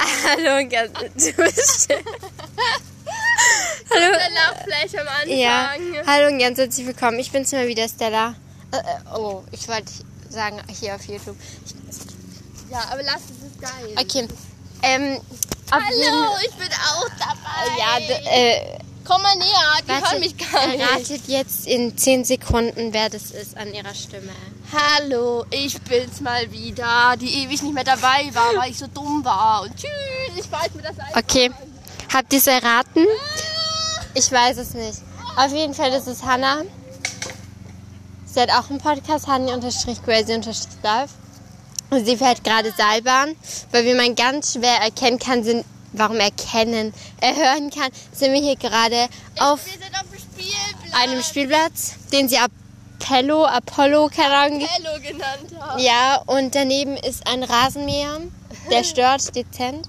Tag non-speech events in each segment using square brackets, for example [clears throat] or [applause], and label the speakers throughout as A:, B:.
A: Hallo und ganz- du bist still. Hallo.
B: Der Lachflash am Anfang.
A: Ja. Hallo und ganz herzlich willkommen. Ich bin's mal wieder, Stella. Äh, äh, oh, ich wollte sagen, hier auf YouTube.
B: Ja, aber lass es ist geil.
A: Okay. Ähm, auf
B: Hallo, ich bin auch dabei.
A: jeden- Oh Ja, d- äh,
B: Komm mal näher, die hören
A: warte,
B: mich gar nicht.
A: erratet jetzt in 10 Sekunden, wer das ist an ihrer Stimme.
B: Hallo, ich bin's mal wieder, die ewig nicht mehr dabei war, weil ich so dumm war. Und tschüss, ich weiß mir das ein.
A: Okay. Habt ihr es erraten? Ich weiß es nicht. Auf jeden Fall ist es Hannah. Sie hat auch einen Podcast, Honey-Crazy-Love. Und sie fährt gerade Seilbahn, weil wie man ganz schwer erkennen kann, sind, warum erkennen, erhören kann, sind wir hier gerade auf
B: Wir sind auf dem Spielplatz.
A: einem Spielplatz, den sie Apollo, Apollo, keine Ahnung,
B: Hello genannt haben.
A: ja, und daneben ist ein Rasenmäher, der stört dezent,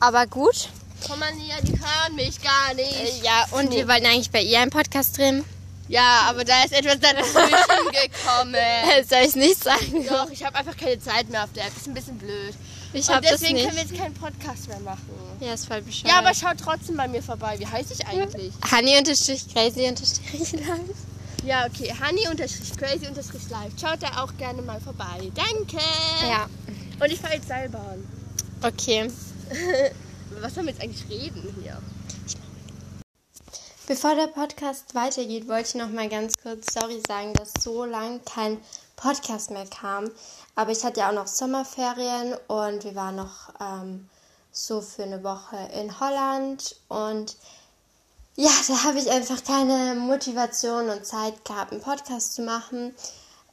A: aber gut.
B: Komm mal näher, die hören mich gar nicht.
A: Äh, Ja, und wir wollten eigentlich bei ihr einen Podcast [laughs] drehen.
B: Ja, aber da ist etwas
A: [laughs]
B: dazwischen gekommen.
A: Äh, Soll ich nicht sagen?
B: Doch, ich habe einfach keine Zeit mehr auf der App. Ist ein bisschen blöd.
A: Ich
B: Und
A: hab das
B: deswegen
A: nicht.
B: können wir jetzt keinen Podcast mehr machen.
A: Ja, ist voll bescheuert.
B: Ja, aber schaut trotzdem bei mir vorbei. Wie heiße ich eigentlich?
A: Honey unterstrich crazy unterstrich lang.
B: Ja, okay. Honey unterstrich crazy unterstrich live. Schaut da auch gerne mal vorbei. Danke.
A: [laughs] Ja,
B: Und ich fahre jetzt Seilbahn.
A: okay.
B: Über Was sollen wir jetzt eigentlich reden hier?
A: Bevor der Podcast weitergeht, wollte ich noch mal ganz kurz sorry sagen, dass so lang kein Podcast mehr kam. Aber ich hatte ja auch noch Sommerferien und wir waren noch ähm, so für eine Woche in Holland und ja, [laughs] da habe ich einfach keine Motivation und Zeit gehabt, einen Podcast zu machen.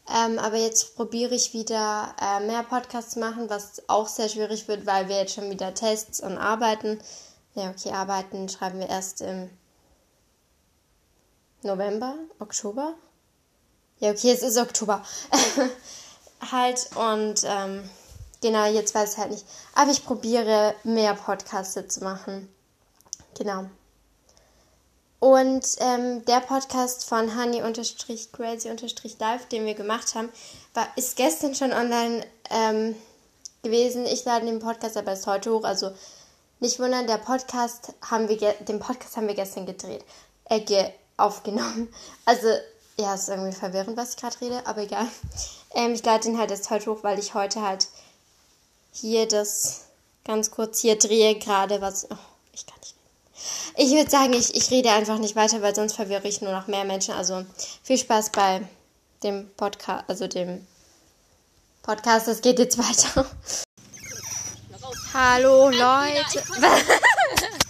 A: Ähm, aber jetzt probiere ich wieder äh, mehr Podcasts zu machen, was auch sehr schwierig wird, weil wir jetzt schon wieder Tests und arbeiten. Ja, okay, arbeiten schreiben wir erst im November, Oktober. Ja, okay, es ist Oktober. [laughs] halt und ähm, genau, jetzt weiß ich halt nicht. Aber ich probiere mehr Podcasts zu machen. Genau. Und ähm, der Podcast von honey-crazy-live, den wir gemacht haben, war, ist gestern schon online ähm, gewesen. Ich lade den Podcast aber erst heute hoch. Also nicht wundern, der Podcast haben wir ge- den Podcast haben wir gestern gedreht. Äh, ge aufgenommen. [laughs] Also, ja, ist irgendwie verwirrend, was ich gerade rede, aber egal. Ähm, ich lade den halt erst heute hoch, weil ich heute halt hier das ganz kurz hier drehe gerade was. Oh, ich kann nicht reden. Ich würde sagen, ich, ich rede einfach nicht weiter, weil sonst verwirre ich nur noch mehr Menschen. Also viel Spaß bei dem Podcast, also dem Podcast. Das geht jetzt weiter. Hallo Leute. [laughs]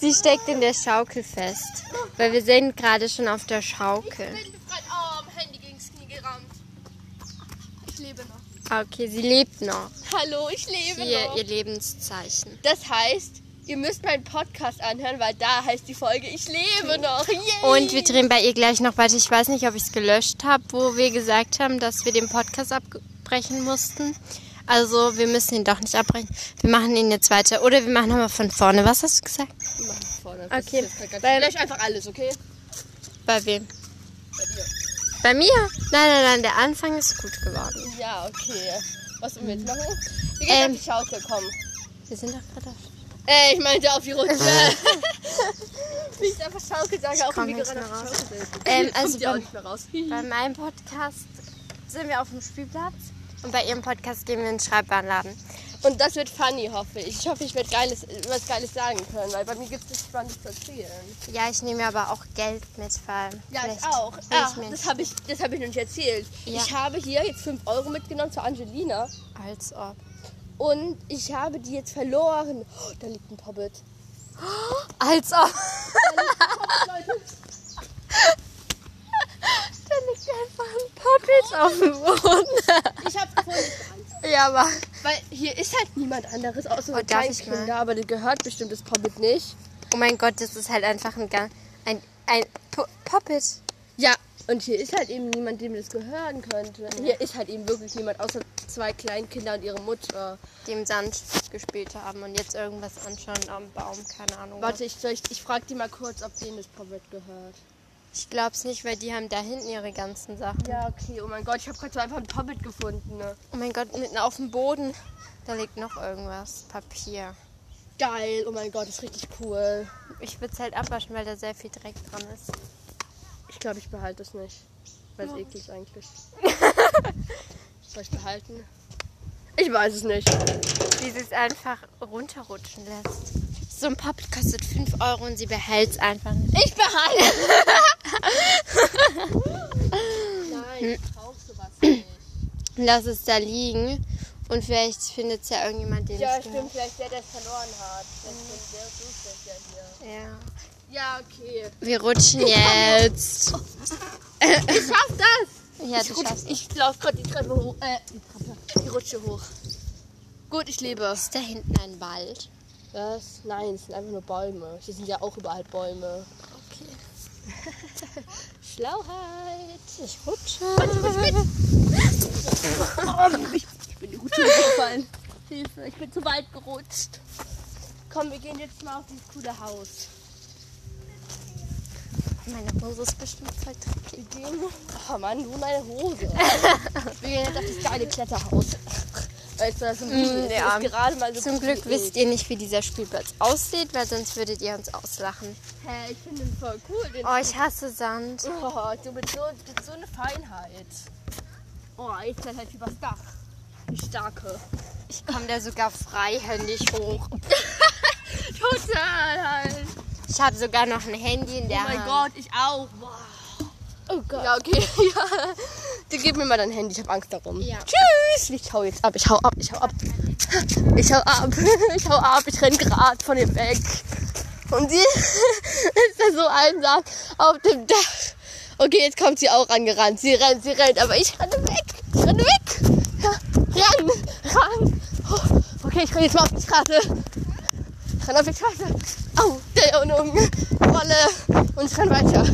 A: Sie steckt in der Schaukel fest, weil wir sind gerade schon auf der Schaukel.
B: Ich bin befreit. Oh, mein Handy gegen's Knie gerammt. Ich lebe noch.
A: Ah, Okay, sie lebt noch.
B: Hallo, ich lebe
A: Ihr,
B: noch.
A: ihr Lebenszeichen.
B: Das heißt, ihr müsst meinen Podcast anhören, weil da heißt die Folge Ich lebe noch. Yay.
A: Und wir drehen bei ihr gleich noch weiter. Ich weiß nicht, ob ich es gelöscht habe, wo wir gesagt haben, dass wir den Podcast abbrechen mussten. Also wir müssen ihn doch nicht abbrechen. Wir machen ihn jetzt weiter. Oder wir machen nochmal von vorne. Was hast du gesagt?
B: Wir machen vorne. Das
A: Okay.
B: ist jetzt kein-
A: Weil-
B: Lösch einfach alles, okay?
A: Bei wem?
B: Bei dir.
A: Bei mir? Nein, nein, nein. Der Anfang ist gut geworden.
B: Ja, okay. Was wollen wir jetzt machen? Wir gehen
A: Ähm.
B: auf die Schaukel, komm.
A: Wir sind doch gerade auf.
B: Ey, ich meinte auf die Rutsche. [laughs] Wie ich einfach Schaukel sage, auch
A: komm
B: wenn wir
A: jetzt
B: gerade
A: mal
B: auf die
A: raus.
B: Schaukel sind.
A: Ähm,
B: [laughs] Kommt
A: also
B: ihr auch
A: bei,
B: nicht mehr raus.
A: bei meinem Podcast sind wir auf dem Spielplatz. Und bei ihrem Podcast gehen wir in den Schreibwarenladen.
B: [laughs] Und das wird funny, hoffe ich. Ich hoffe, ich werde geiles, was Geiles sagen können, weil bei mir gibt es nichts Spannendes zu erzählen.
A: Ja, ich nehme aber auch Geld mit, weil
B: Ja,
A: vielleicht
B: ich auch.
A: will
B: Ah,
A: ich mir
B: das habe ich, das hab ich noch nicht erzählt.
A: Ja.
B: Ich habe hier jetzt 5 Euro mitgenommen zu Angelina
A: als ob.
B: und ich habe die jetzt verloren. Oh, da liegt
A: [laughs]
B: ein Poppet.
A: Als ob.
B: Leute,
A: Da liegt einfach ein Poppet auf dem Boden. [laughs]
B: ich habe gefunden.
A: ja, aber.
B: Weil hier ist halt niemand anderes außer
A: Oh,
B: oh,
A: darf ich
B: Kleinkinder, aber der gehört bestimmt das Poppet nicht.
A: Oh mein Gott, das ist halt einfach ein. Ga- ein, ein Po- Poppet.
B: Ja, und hier ist halt eben niemand, dem das gehören könnte. Hier ist halt eben wirklich niemand außer zwei Kleinkinder und ihre Mutter.
A: Die im Sand gespielt haben und jetzt irgendwas anschauen am Baum. Keine Ahnung.
B: Warte, ich, soll ich, ich frage die mal kurz, ob denen das Poppet gehört.
A: Ich glaub's nicht, weil die haben da hinten ihre ganzen Sachen.
B: Ja, okay, oh mein Gott, ich habe gerade so einfach ein Poppet gefunden. Ne?
A: Oh mein Gott, mitten auf dem Boden. Da liegt noch irgendwas. Papier.
B: geil. Oh mein Gott, ist richtig cool.
A: Ich würde es halt abwaschen, weil da sehr viel Dreck dran ist.
B: Ich glaube, ich behalte es nicht. Weil es eklig [laughs] eigentlich. Soll ich behalten? Ich weiß es nicht.
A: Die sie es einfach runterrutschen lässt. So ein Papp kostet 5 Euro und sie behält es einfach nicht.
B: Ich behalte. Nein, ich brauche [clears throat] sowas nicht.
A: Lass es da liegen und vielleicht findet es ja irgendjemand, den
B: Ja,
A: es
B: stimmt, vielleicht der, der es verloren hat. Das stimmt, der sucht ja hier.
A: gehört. Ja.
B: Mhm. Ja, okay.
A: Wir rutschen
B: [laughs]
A: jetzt.
B: Ich schaff das!
A: Ja,
B: ich
A: du schaffst es.
B: ich lauf gerade die Treppe hoch. Äh, die Treppe. Die Rutsche hoch. Gut, ich lebe.
A: Ist da hinten ein Wald?
B: Was? Nein, es sind einfach nur Bäume. Hier sind ja auch überall Bäume.
A: Okay.
B: Schlauheit.
A: Ich rutsche.
B: Oh, ich, bin in die Rutsche gefallen. Hilfe, ich bin zu weit gerutscht. Komm, wir gehen jetzt mal auf dieses coole Haus.
A: Meine Hose ist bestimmt voll dreckig.
B: Oh Mann, du meine Hose. [laughs] wir gehen jetzt auf das geile Kletterhaus. Weißt du, das ist,
A: Mm, ja.
B: ist gerade mal so eh.
A: Zum Glück wisst ihr nicht, wie dieser Spielplatz aussieht, weil sonst würdet ihr uns auslachen.
B: Hä, ich finde den voll cool. Den
A: Oh, ich hasse Sand.
B: Oh, du bist so, du bist so eine Feinheit. Oh, ich kletter halt übers Dach. Die starke.
A: Ich komme da sogar freihändig hoch.
B: Total halt.
A: Ich habe sogar noch ein Handy in der
B: Oh mein
A: Hand.
B: Gott, ich auch. Oh Gott. Ja, okay. [laughs] Ja. Du gib mir mal dein Handy, ich hab Angst darum.
A: Ja.
B: Tschüss. Ich hau jetzt ab, ich hau ab, ich hau ab. Ich hau ab, [laughs] ich hau ab, ich renn grad von ihm weg. Und sie [laughs] ist da so einsam auf dem Dach. Okay, jetzt kommt sie auch angerannt. Sie rennt, sie rennt, aber ich renne weg. Ich renne weg. Ja, renn, renn. Oh, okay, ich renn jetzt mal auf die Straße. Ich renn auf die Straße. Au, der und um. Rolle. Und ich renn weiter.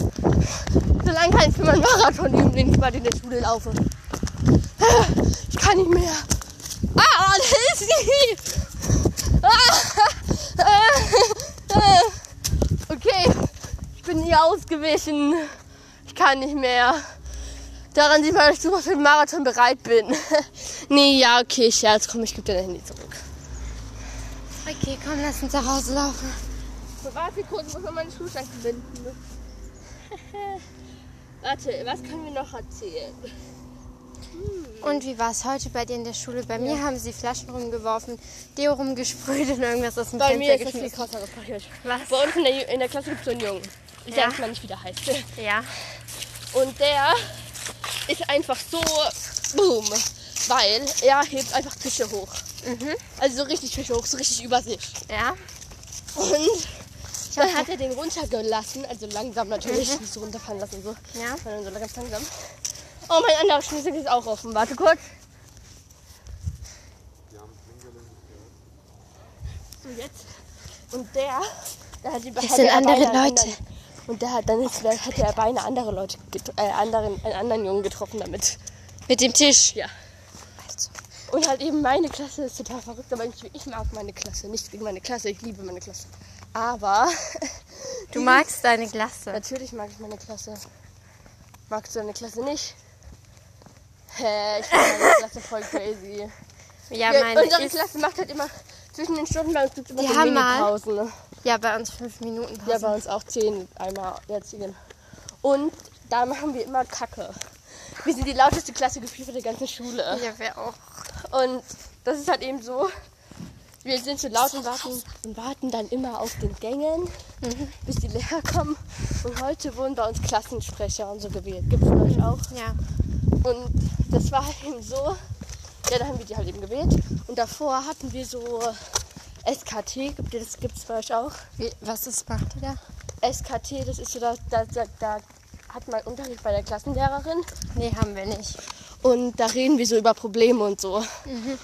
B: Solange kann ich für meinen Marathon üben, den ich bald in der Schule laufe. Ich kann nicht mehr. Ah, da ist sie! Ah, äh, äh. Okay, ich bin ihr ausgewichen. Ich kann nicht mehr. Daran sieht man, dass ich super für den Marathon bereit bin. [laughs] Nee, ja, okay, Scherz, komm, ich gebe dir dein Handy zurück.
A: Okay, komm, lass uns nach Hause laufen.
B: Für was Sekunden muss man meinen Schuhschrank binden. [laughs] Warte, was können wir noch erzählen?
A: Und wie war es heute bei dir in der Schule? Bei mir haben sie Flaschen rumgeworfen, Deo rumgesprüht und irgendwas aus dem
B: Bei
A: Fenster
B: mir ist das viel
A: geschmissen.
B: krasser passiert.
A: Was?
B: Bei uns in der, Ju- in der Klasse gibt es so einen Jungen. Ich
A: Ja.
B: sag jetzt mal nicht, wie der heißt.
A: Ja.
B: Und der ist einfach so boom, weil er hebt einfach Tische hoch. Also so richtig Tische hoch, so richtig über sich.
A: Ja?
B: Und dann hat er den runtergelassen, also langsam natürlich, nicht so runterfallen lassen und so.
A: Mhm. Ja.
B: Sondern so ganz langsam. Oh, mein anderer Schlüssel ist auch offen. Warte kurz. So, jetzt. Und der, der hat die Das
A: sind andere Leute.
B: und der hat dann ist, der, hätte er beinahe andere Leute, get- äh, anderen, einen anderen Jungen getroffen damit.
A: Mit dem Tisch.
B: Ja.
A: Also,
B: Und halt eben meine Klasse ist total verrückt, aber ich, ich mag meine Klasse. Nichts gegen meine Klasse, ich liebe meine Klasse. Aber
A: Du magst deine Klasse.
B: Natürlich mag ich meine Klasse. Magst du deine Klasse nicht? Hä, ich finde
A: [laughs]
B: meine Klasse voll crazy.
A: Ja,
B: Ja,
A: meine
B: unsere
A: ist
B: Klasse macht halt immer zwischen den Stunden bei uns gibt's immer
A: Die
B: so
A: haben
B: Minipausen. Ne?
A: ja bei uns fünf Minuten Pause.
B: Ja, bei uns auch zehn einmal jetzigen. Und da machen wir immer Kacke. Wir sind die lauteste Klasse gefühlt von der ganzen Schule.
A: Ja, wir auch.
B: Und das ist halt eben so. Wir sind so laut und warten, und warten dann immer auf den Gängen, bis die Lehrer kommen. Und heute wurden bei uns Klassensprecher und so gewählt. Gibt es bei euch auch?
A: Ja.
B: Und das war halt eben so, ja, da haben wir die halt eben gewählt. Und davor hatten wir so SKT, gibt ihr das gibt's bei euch auch?
A: Wie, was ist, macht ihr da?
B: SKT, das ist so, da, da, da, da hat man Unterricht bei der Klassenlehrerin.
A: Nee, haben wir nicht.
B: Und da reden wir so über Probleme und so.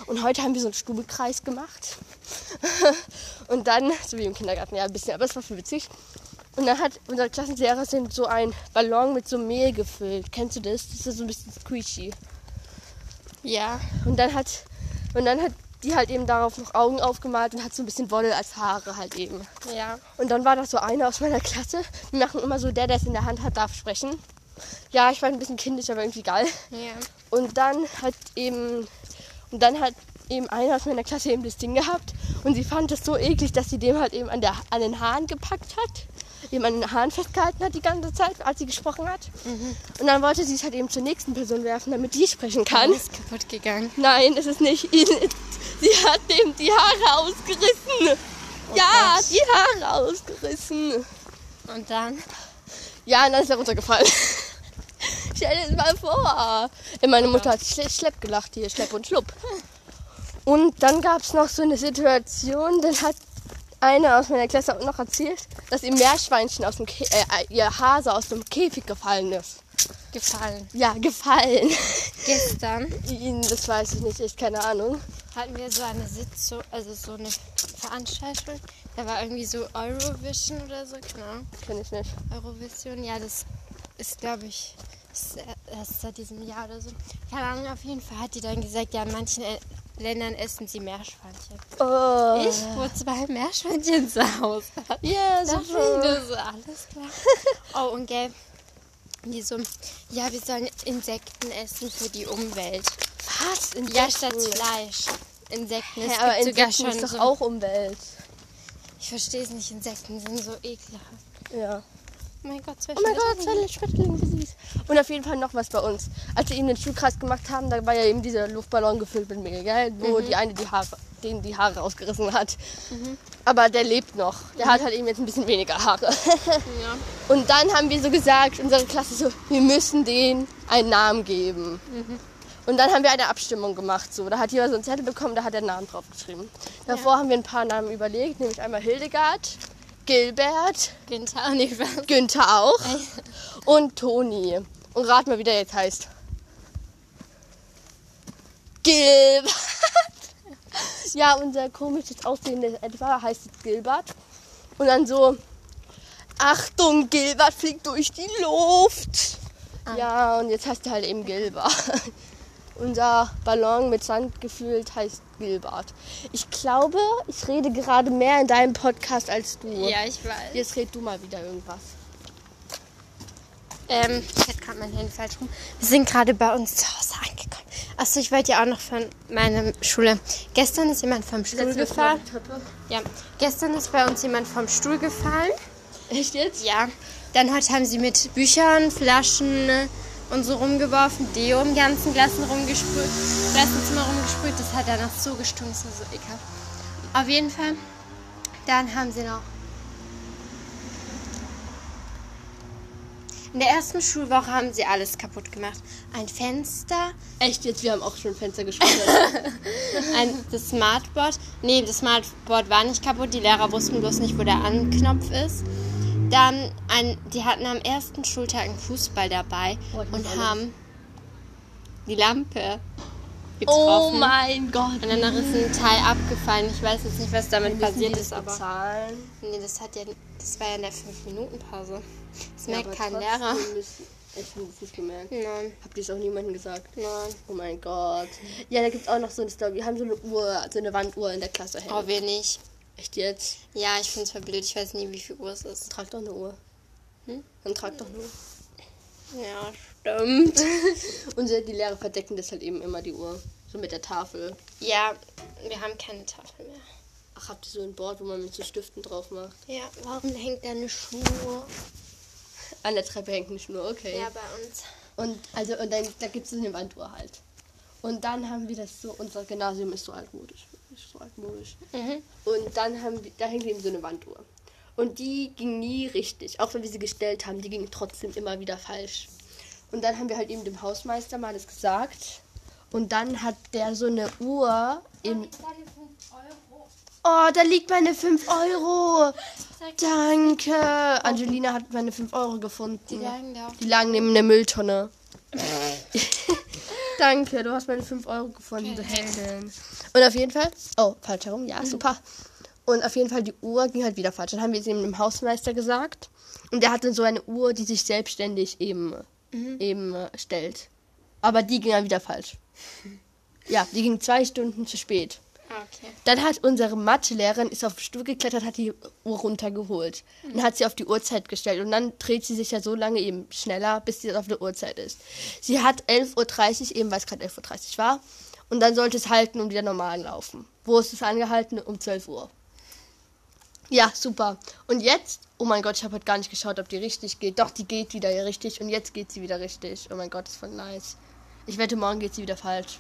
B: Und heute haben wir so einen Stuhlkreis gemacht. [laughs] und dann, so wie im Kindergarten, ja, ein bisschen, aber es war schon witzig. Und dann hat unser Klassenlehrerin so einen Ballon mit so Mehl gefüllt. Kennst du das? Das ist so ein bisschen squishy.
A: Ja.
B: Und dann hat und dann hat die halt eben darauf noch Augen aufgemalt und hat so ein bisschen Wolle als Haare halt eben.
A: Ja.
B: Und dann war das so einer aus meiner Klasse. Wir machen immer so, der, der es in der Hand hat, darf sprechen. Ja, ich war ein bisschen kindisch, aber irgendwie geil.
A: Ja.
B: Und dann hat eben und dann hat eben einer aus meiner Klasse eben das Ding gehabt Und sie fand es so eklig, dass sie dem halt eben an, der, an den Haaren gepackt hat. Ihm an den Haaren festgehalten hat die ganze Zeit, als sie gesprochen hat. Und dann wollte sie es halt eben zur nächsten Person werfen, damit die sprechen kann.
A: Ist kaputt gegangen.
B: Nein, es ist nicht. [laughs] Ihn, sie hat dem die Haare ausgerissen. ja,
A: Gott.
B: die Haare ausgerissen.
A: Und dann?
B: Ja, und dann ist er runtergefallen. [laughs] Stell dir das mal vor. Ey, meine Mutter hat schle schlepp gelacht hier, schlepp und schlupp. Und dann gab es noch so eine Situation, dann hat einer aus meiner Klasse auch noch erzählt, dass ihm Meerschweinchen aus dem Kä äh, ihr Hase aus dem Käfig gefallen ist.
A: Gefallen.
B: Ja, gefallen. [laughs]
A: Gestern
B: Ihnen, das weiß ich nicht, echt keine Ahnung.
A: hatten wir so eine Sitzung, also so eine Veranstaltung. Da war irgendwie so Eurovision oder so, genau.
B: Kenn ich nicht.
A: Eurovision, ja, das ist, glaube ich, ist erst seit diesem Jahr oder so. Keine Ahnung, auf jeden Fall hat die dann gesagt, ja, in manchen äh, Ländern essen sie Meerschweinchen.
B: Oh.
A: Ich wurde bei Meerschweinchen zu
B: [laughs]
A: Hause.
B: Ja,
A: Da
B: super.
A: finde ich so, alles
B: [laughs]
A: klar. Oh, und gell, die so, ja, wir sollen Insekten essen für die Umwelt.
B: Was? In
A: Ja, statt Fleisch. Insekten, es
B: Ja, aber
A: gibt sogar
B: Insekten
A: schon
B: ist doch
A: so,
B: auch Umwelt.
A: Ich verstehe es nicht, Insekten sind so ekelhaft.
B: Ja.
A: Oh mein Gott,
B: Oh mein Gott, seine Schmetterlinge, wie süß. Und auf jeden Fall noch was bei uns. Als wir eben den Schulkreis gemacht haben, da war ja eben dieser Luftballon gefüllt mit Mehl, gell? wo die eine die Haare, den die Haare ausgerissen hat. Aber der lebt noch. Der hat halt eben jetzt ein bisschen weniger Haare. [laughs]
A: Ja.
B: Und dann haben wir so gesagt, unsere Klasse so, wir müssen denen einen Namen geben. Und dann haben wir eine Abstimmung gemacht. So. Da hat jeder so einen Zettel bekommen, da hat er einen Namen drauf geschrieben. Davor haben wir ein paar Namen überlegt, nämlich einmal Hildegard, Gilbert,
A: Günther und ich waren
B: Günther auch und Toni. Und rat mal, wie der jetzt heißt. Gilbert. [laughs] ja, unser komisches Aussehende etwa heißt jetzt Gilbert. Und dann so, Achtung, Gilbert fliegt durch die Luft. Ja, und jetzt heißt er halt eben Gilbert. [laughs] Unser Ballon mit Sand gefüllt heißt Gilbert. Ich glaube, ich rede gerade mehr in deinem Podcast als du.
A: Ja, ich weiß.
B: Jetzt red du mal wieder irgendwas.
A: Ähm, ich hatte gerade mein Handy falsch rum. Wir sind gerade bei uns zu Hause angekommen. Achso, ich wollte ja auch noch von meiner Schule. Gestern ist jemand vom Stuhl gefallen. Ja, gestern ist bei uns jemand vom Stuhl gefallen.
B: Echt jetzt?
A: Ja. Dann heute haben sie mit Büchern, Flaschen äh, und so rumgeworfen, Deo im ganzen Glassen rumgesprüht, Klassenzimmer rumgesprüht. Das hat danach so gestunken, das war so ekelhaft. Auf jeden Fall, dann haben sie noch. In der ersten Schulwoche haben sie alles kaputt gemacht. Ein Fenster,
B: Echt jetzt? Wir haben auch schon Fenster [laughs] gesperrt.
A: ein, das Smartboard. Nee, das Smartboard war nicht kaputt. Die Lehrer wussten bloß nicht, wo der Anknopf ist. Dann, ein, die hatten am ersten Schultag einen Fußball dabei
B: Oh, ich muss
A: und
B: auch
A: haben die Lampe
B: oh
A: getroffen.
B: mein Gott.
A: und dann ist ein Teil abgefallen. Ich weiß jetzt nicht, was damit passiert ist, aber.
B: Bezahlen.
A: Nee, das, hat ja, das war ja in der 5-Minuten-Pause. Das
B: Ja,
A: merkt
B: aber
A: kein
B: trotzdem
A: Lehrer.
B: müssen- Ich habe das nicht gemerkt.
A: Nein,
B: Habt ihr es auch niemandem gesagt?
A: nein.
B: Oh mein Gott. Ja, da gibt es auch noch so eine Story. Wir haben so eine Uhr, so eine Wanduhr in der Klasse hängen.
A: Oh, wir nicht.
B: Echt jetzt?
A: Ja, ich finde es voll blöd. Ich weiß nie, wie viel Uhr es ist.
B: Trag doch eine Uhr.
A: Hm?
B: Dann trag doch eine Uhr.
A: Ja, stimmt.
B: Und so die Lehrer verdecken das halt eben immer, die Uhr. So mit der Tafel.
A: Ja, wir haben keine Tafel mehr.
B: Ach, habt ihr so ein Board, wo man mit so Stiften drauf macht?
A: Ja, warum hängt da eine Schuhe?
B: An der Treppe hängt eine Schnur, okay.
A: Ja, bei uns.
B: Und also und dann da gibt es eine Wanduhr halt. Und dann haben wir das so, unser Gymnasium ist so altmodisch. Ist so altmodisch. Und dann haben wir, da hängt eben so eine Wanduhr. Und die ging nie richtig, auch wenn wir sie gestellt haben, die ging trotzdem immer wieder falsch. Und dann haben wir halt eben dem Hausmeister mal das gesagt. Und dann hat der so eine Uhr in. Oh, da liegt
A: [laughs]
B: meine 5 Euro. Danke. Angelina hat meine 5 Euro gefunden.
A: Die lagen da.
B: Die lagen neben der Mülltonne. [laughs] Danke, du hast meine 5 Euro gefunden, du Heldin. Und auf jeden Fall. Oh, falsch herum, ja, super. Und auf jeden Fall, die Uhr ging halt wieder falsch. Dann haben wir es eben dem Hausmeister gesagt. Und der hatte so eine Uhr, die sich selbstständig eben,
A: Mhm.
B: eben äh, stellt. Aber die ging dann wieder falsch. Ja, die ging zwei Stunden zu spät.
A: Ah, Okay.
B: Dann hat unsere Mathelehrerin, ist auf den Stuhl geklettert, hat die Uhr runtergeholt. Und hat sie auf die Uhrzeit gestellt. Und dann dreht sie sich ja so lange eben schneller, bis sie auf der Uhrzeit ist. Sie hat 11.30 Uhr, eben weil es gerade 11.30 Uhr war. Und dann sollte es halten und wieder normal laufen. Wo ist es angehalten? Um 12 Uhr. Ja, super. Und jetzt, oh mein Gott, ich habe heute gar nicht geschaut, ob die richtig geht. Doch, die geht wieder richtig. Und jetzt geht sie wieder richtig. Oh mein Gott, ist voll nice. Ich wette, morgen geht sie wieder falsch.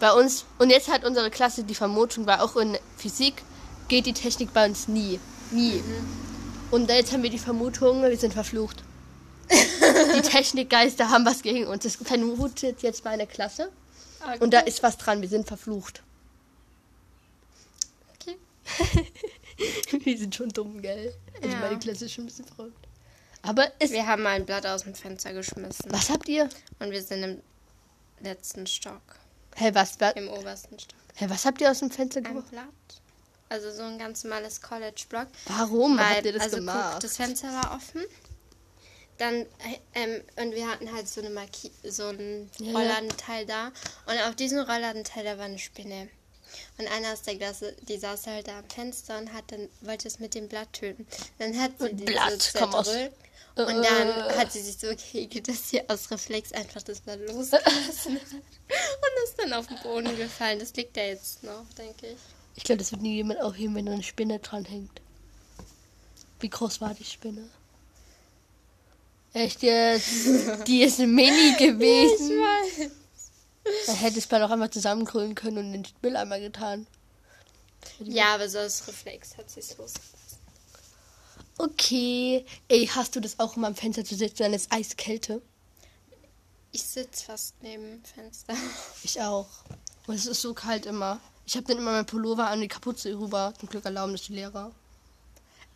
B: Bei uns, und jetzt hat unsere Klasse die Vermutung, weil auch in Physik geht die Technik bei uns nie. Nie. Und jetzt haben wir die Vermutung, wir sind verflucht. die Technikgeister haben was gegen uns. Das vermutet jetzt meine Klasse. Und da ist was dran, wir sind verflucht. [laughs]
A: Okay.
B: wir sind schon dumm, gell? Also
A: Ja.
B: meine Klasse ist schon ein bisschen verrückt. Aber es.
A: Wir haben mal ein Blatt aus dem Fenster geschmissen.
B: Was habt ihr?
A: Und wir sind im letzten Stock.
B: Hä, was, was,
A: Im obersten Stock.
B: hä, was habt ihr aus dem Fenster
A: Ein
B: gemacht?
A: Blatt. Also so ein ganz normales College-Block.
B: Warum habt ihr das
A: also
B: gemacht?
A: Guck, das Fenster war offen. Dann, ähm, und wir hatten halt so, eine Marki so einen
B: Ja, ja.
A: Rollladenteil da. Und auf diesem Rollladenteil, da war eine Spinne. Und einer aus der Klasse, die saß halt da am Fenster und hat dann, wollte es mit dem Blatt töten. Dann hat sie
B: Mit
A: die
B: Blatt,
A: so
B: komm aus.
A: zerdrückt. Und dann
B: Äh.
A: hat sie sich so gehegelt, dass sie aus Reflex einfach das Blatt losgelassen hat. [laughs] Und ist dann auf den Boden gefallen. Das liegt ja jetzt noch, denke ich.
B: Ich glaube, das wird nie jemand aufheben, wenn da eine Spinne dran hängt. Wie groß war die Spinne?
A: [laughs]
B: Echt jetzt? Die ist ein Mini gewesen.
A: weiß.
B: Dann hättest du auch einmal zusammenkrüllen können und in den Mülleimer getan.
A: Ja, aber so aus Reflex hat sie es losgelassen.
B: Okay. Ey, hast du das auch immer am Fenster zu sitzen? Dann ist Eiskälte.
A: Ich sitze fast neben dem Fenster. [laughs]
B: Ich auch. Und es ist so kalt immer. Ich habe dann immer mein Pullover an die Kapuze rüber. Zum Glück erlauben das die Lehrer.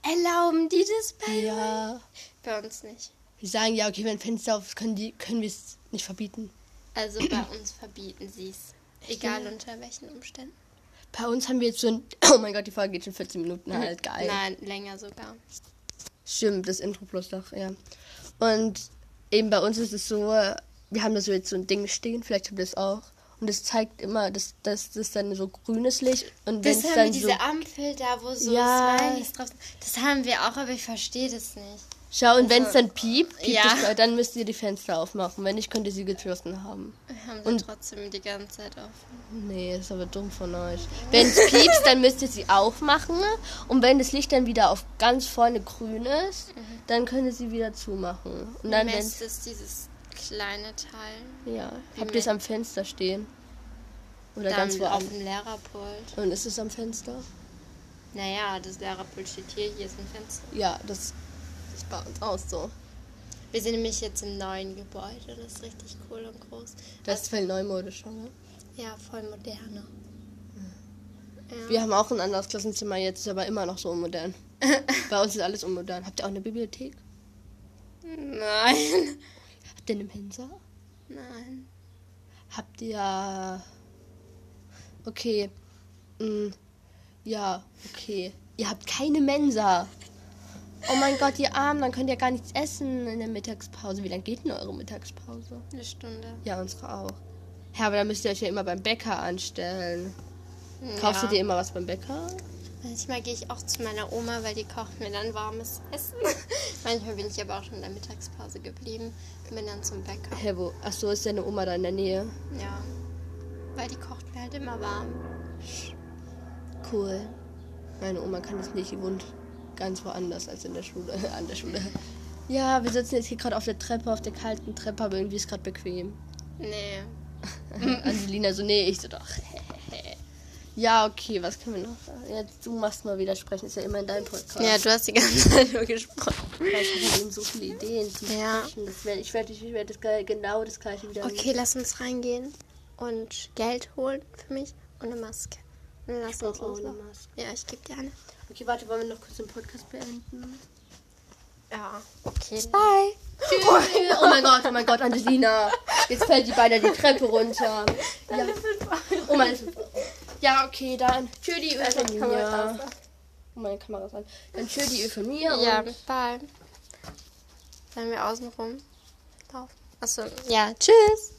A: Erlauben die das bei
B: Ja.
A: Bei uns nicht.
B: Die sagen ja, okay, wenn Fenster auf ist, können, die- können wir es nicht verbieten.
A: Also bei uns verbieten sie es. Egal unter welchen Umständen.
B: Bei uns haben wir jetzt schon. [coughs] Oh mein Gott, die Folge geht schon 14 Minuten halt. Geil.
A: Mhm. Nein, länger sogar.
B: Stimmt, das Intro plus noch, ja. Und eben bei uns ist es so, wir haben da so jetzt so ein Ding stehen, vielleicht habt ihr das auch. Und es zeigt immer, dass das, das dann so grünes Licht und wenn
A: Das
B: es
A: haben wir
B: dann
A: diese
B: so.
A: Ampel da, wo so
B: Ja.
A: Smileys drauf sind. Das haben wir auch, aber ich verstehe das nicht.
B: Schau, und wenn es dann piept, piept
A: Ja.
B: es mal, dann müsst ihr die Fenster aufmachen. Wenn nicht, könnt ihr sie geschlossen haben.
A: Wir haben sie
B: Und-
A: trotzdem die ganze Zeit offen.
B: Nee, ist aber dumm von euch. Wenn es piepst, dann müsst ihr sie aufmachen. Und wenn das Licht dann wieder auf ganz vorne grün ist, dann könnt ihr sie wieder zumachen. Und dann, wenn
A: Mist ist dieses kleine Teil.
B: Ja.
A: Wie
B: Habt ihr es
A: mit-
B: am Fenster stehen? Oder
A: Da
B: ganz
A: ganz auf
B: woanders?
A: dem Lehrerpult.
B: Und ist es am Fenster?
A: Naja, das Lehrerpult steht hier, hier ist ein Fenster.
B: Ja, das ist bei uns auch so.
A: Wir sind nämlich jetzt im neuen Gebäude, das ist richtig cool und groß.
B: Das ist voll neumodisch, ne? oder?
A: Ja, voll moderne.
B: Wir haben auch ein anderes Klassenzimmer, jetzt ist aber immer noch
A: [laughs]
B: so unmodern. bei uns ist alles unmodern. Habt ihr auch eine Bibliothek?
A: Nein.
B: Habt ihr einen Pinsel?
A: [laughs] Nein.
B: Habt ihr. Okay. Mm. Ja, okay. Ihr habt keine Mensa. Oh mein Gott, ihr Armen, dann könnt ihr gar nichts essen in der Mittagspause. Wie lange geht denn eure Mittagspause?
A: Eine Stunde.
B: Ja, unsere auch. Ja, aber dann müsst ihr euch ja immer beim Bäcker anstellen. Kaufst du dir immer was beim Bäcker?
A: Manchmal gehe ich auch zu meiner Oma, weil die kocht mir dann warmes Essen. [laughs] Manchmal bin ich aber auch schon in der Mittagspause geblieben und bin dann zum Bäcker.
B: Hä, wo? Ach so, ist deine Oma da in der Nähe?
A: Ja. Weil die kocht mir halt immer warm.
B: Cool. Meine Oma kann das nicht, die wohnt ganz woanders als in der Schule. [laughs] An der Schule. Ja, wir sitzen jetzt hier gerade auf der Treppe, auf der kalten Treppe, aber irgendwie ist gerade bequem.
A: [laughs] Nee.
B: Angelina so, nee, ich so doch. [laughs] ja, okay, was können wir noch sagen? Ja, du machst mal wieder sprechen, ist ja immer in deinem Podcast.
A: Ja, du hast die ganze Zeit nur gesprochen.
B: ich habe eben so viele Ideen. zu
A: Ja.
B: sprechen. Das wär, ich werde ich werd das ge- genau das gleiche wieder
A: Okay, lass uns reingehen und Geld holen für mich und eine Maske. Und dann lass uns
B: brauch auch eine
A: loslaufen.
B: Maske.
A: Ja, ich gebe dir eine.
B: Okay, warte, wollen wir noch kurz den Podcast beenden?
A: Ja, okay. Bye.
B: Oh, mein Gott, oh mein Gott, Angelina. Jetzt fällt die beide die Treppe runter. Ja. Oh mein Ja, okay, dann tschö die Öl von mir. Oh, meine Kamera ist an. Dann tschö die Öl von mir.
A: Ja,
B: Und
A: bye. Sollen wir außen rum laufen? Achso, ja, tschüss.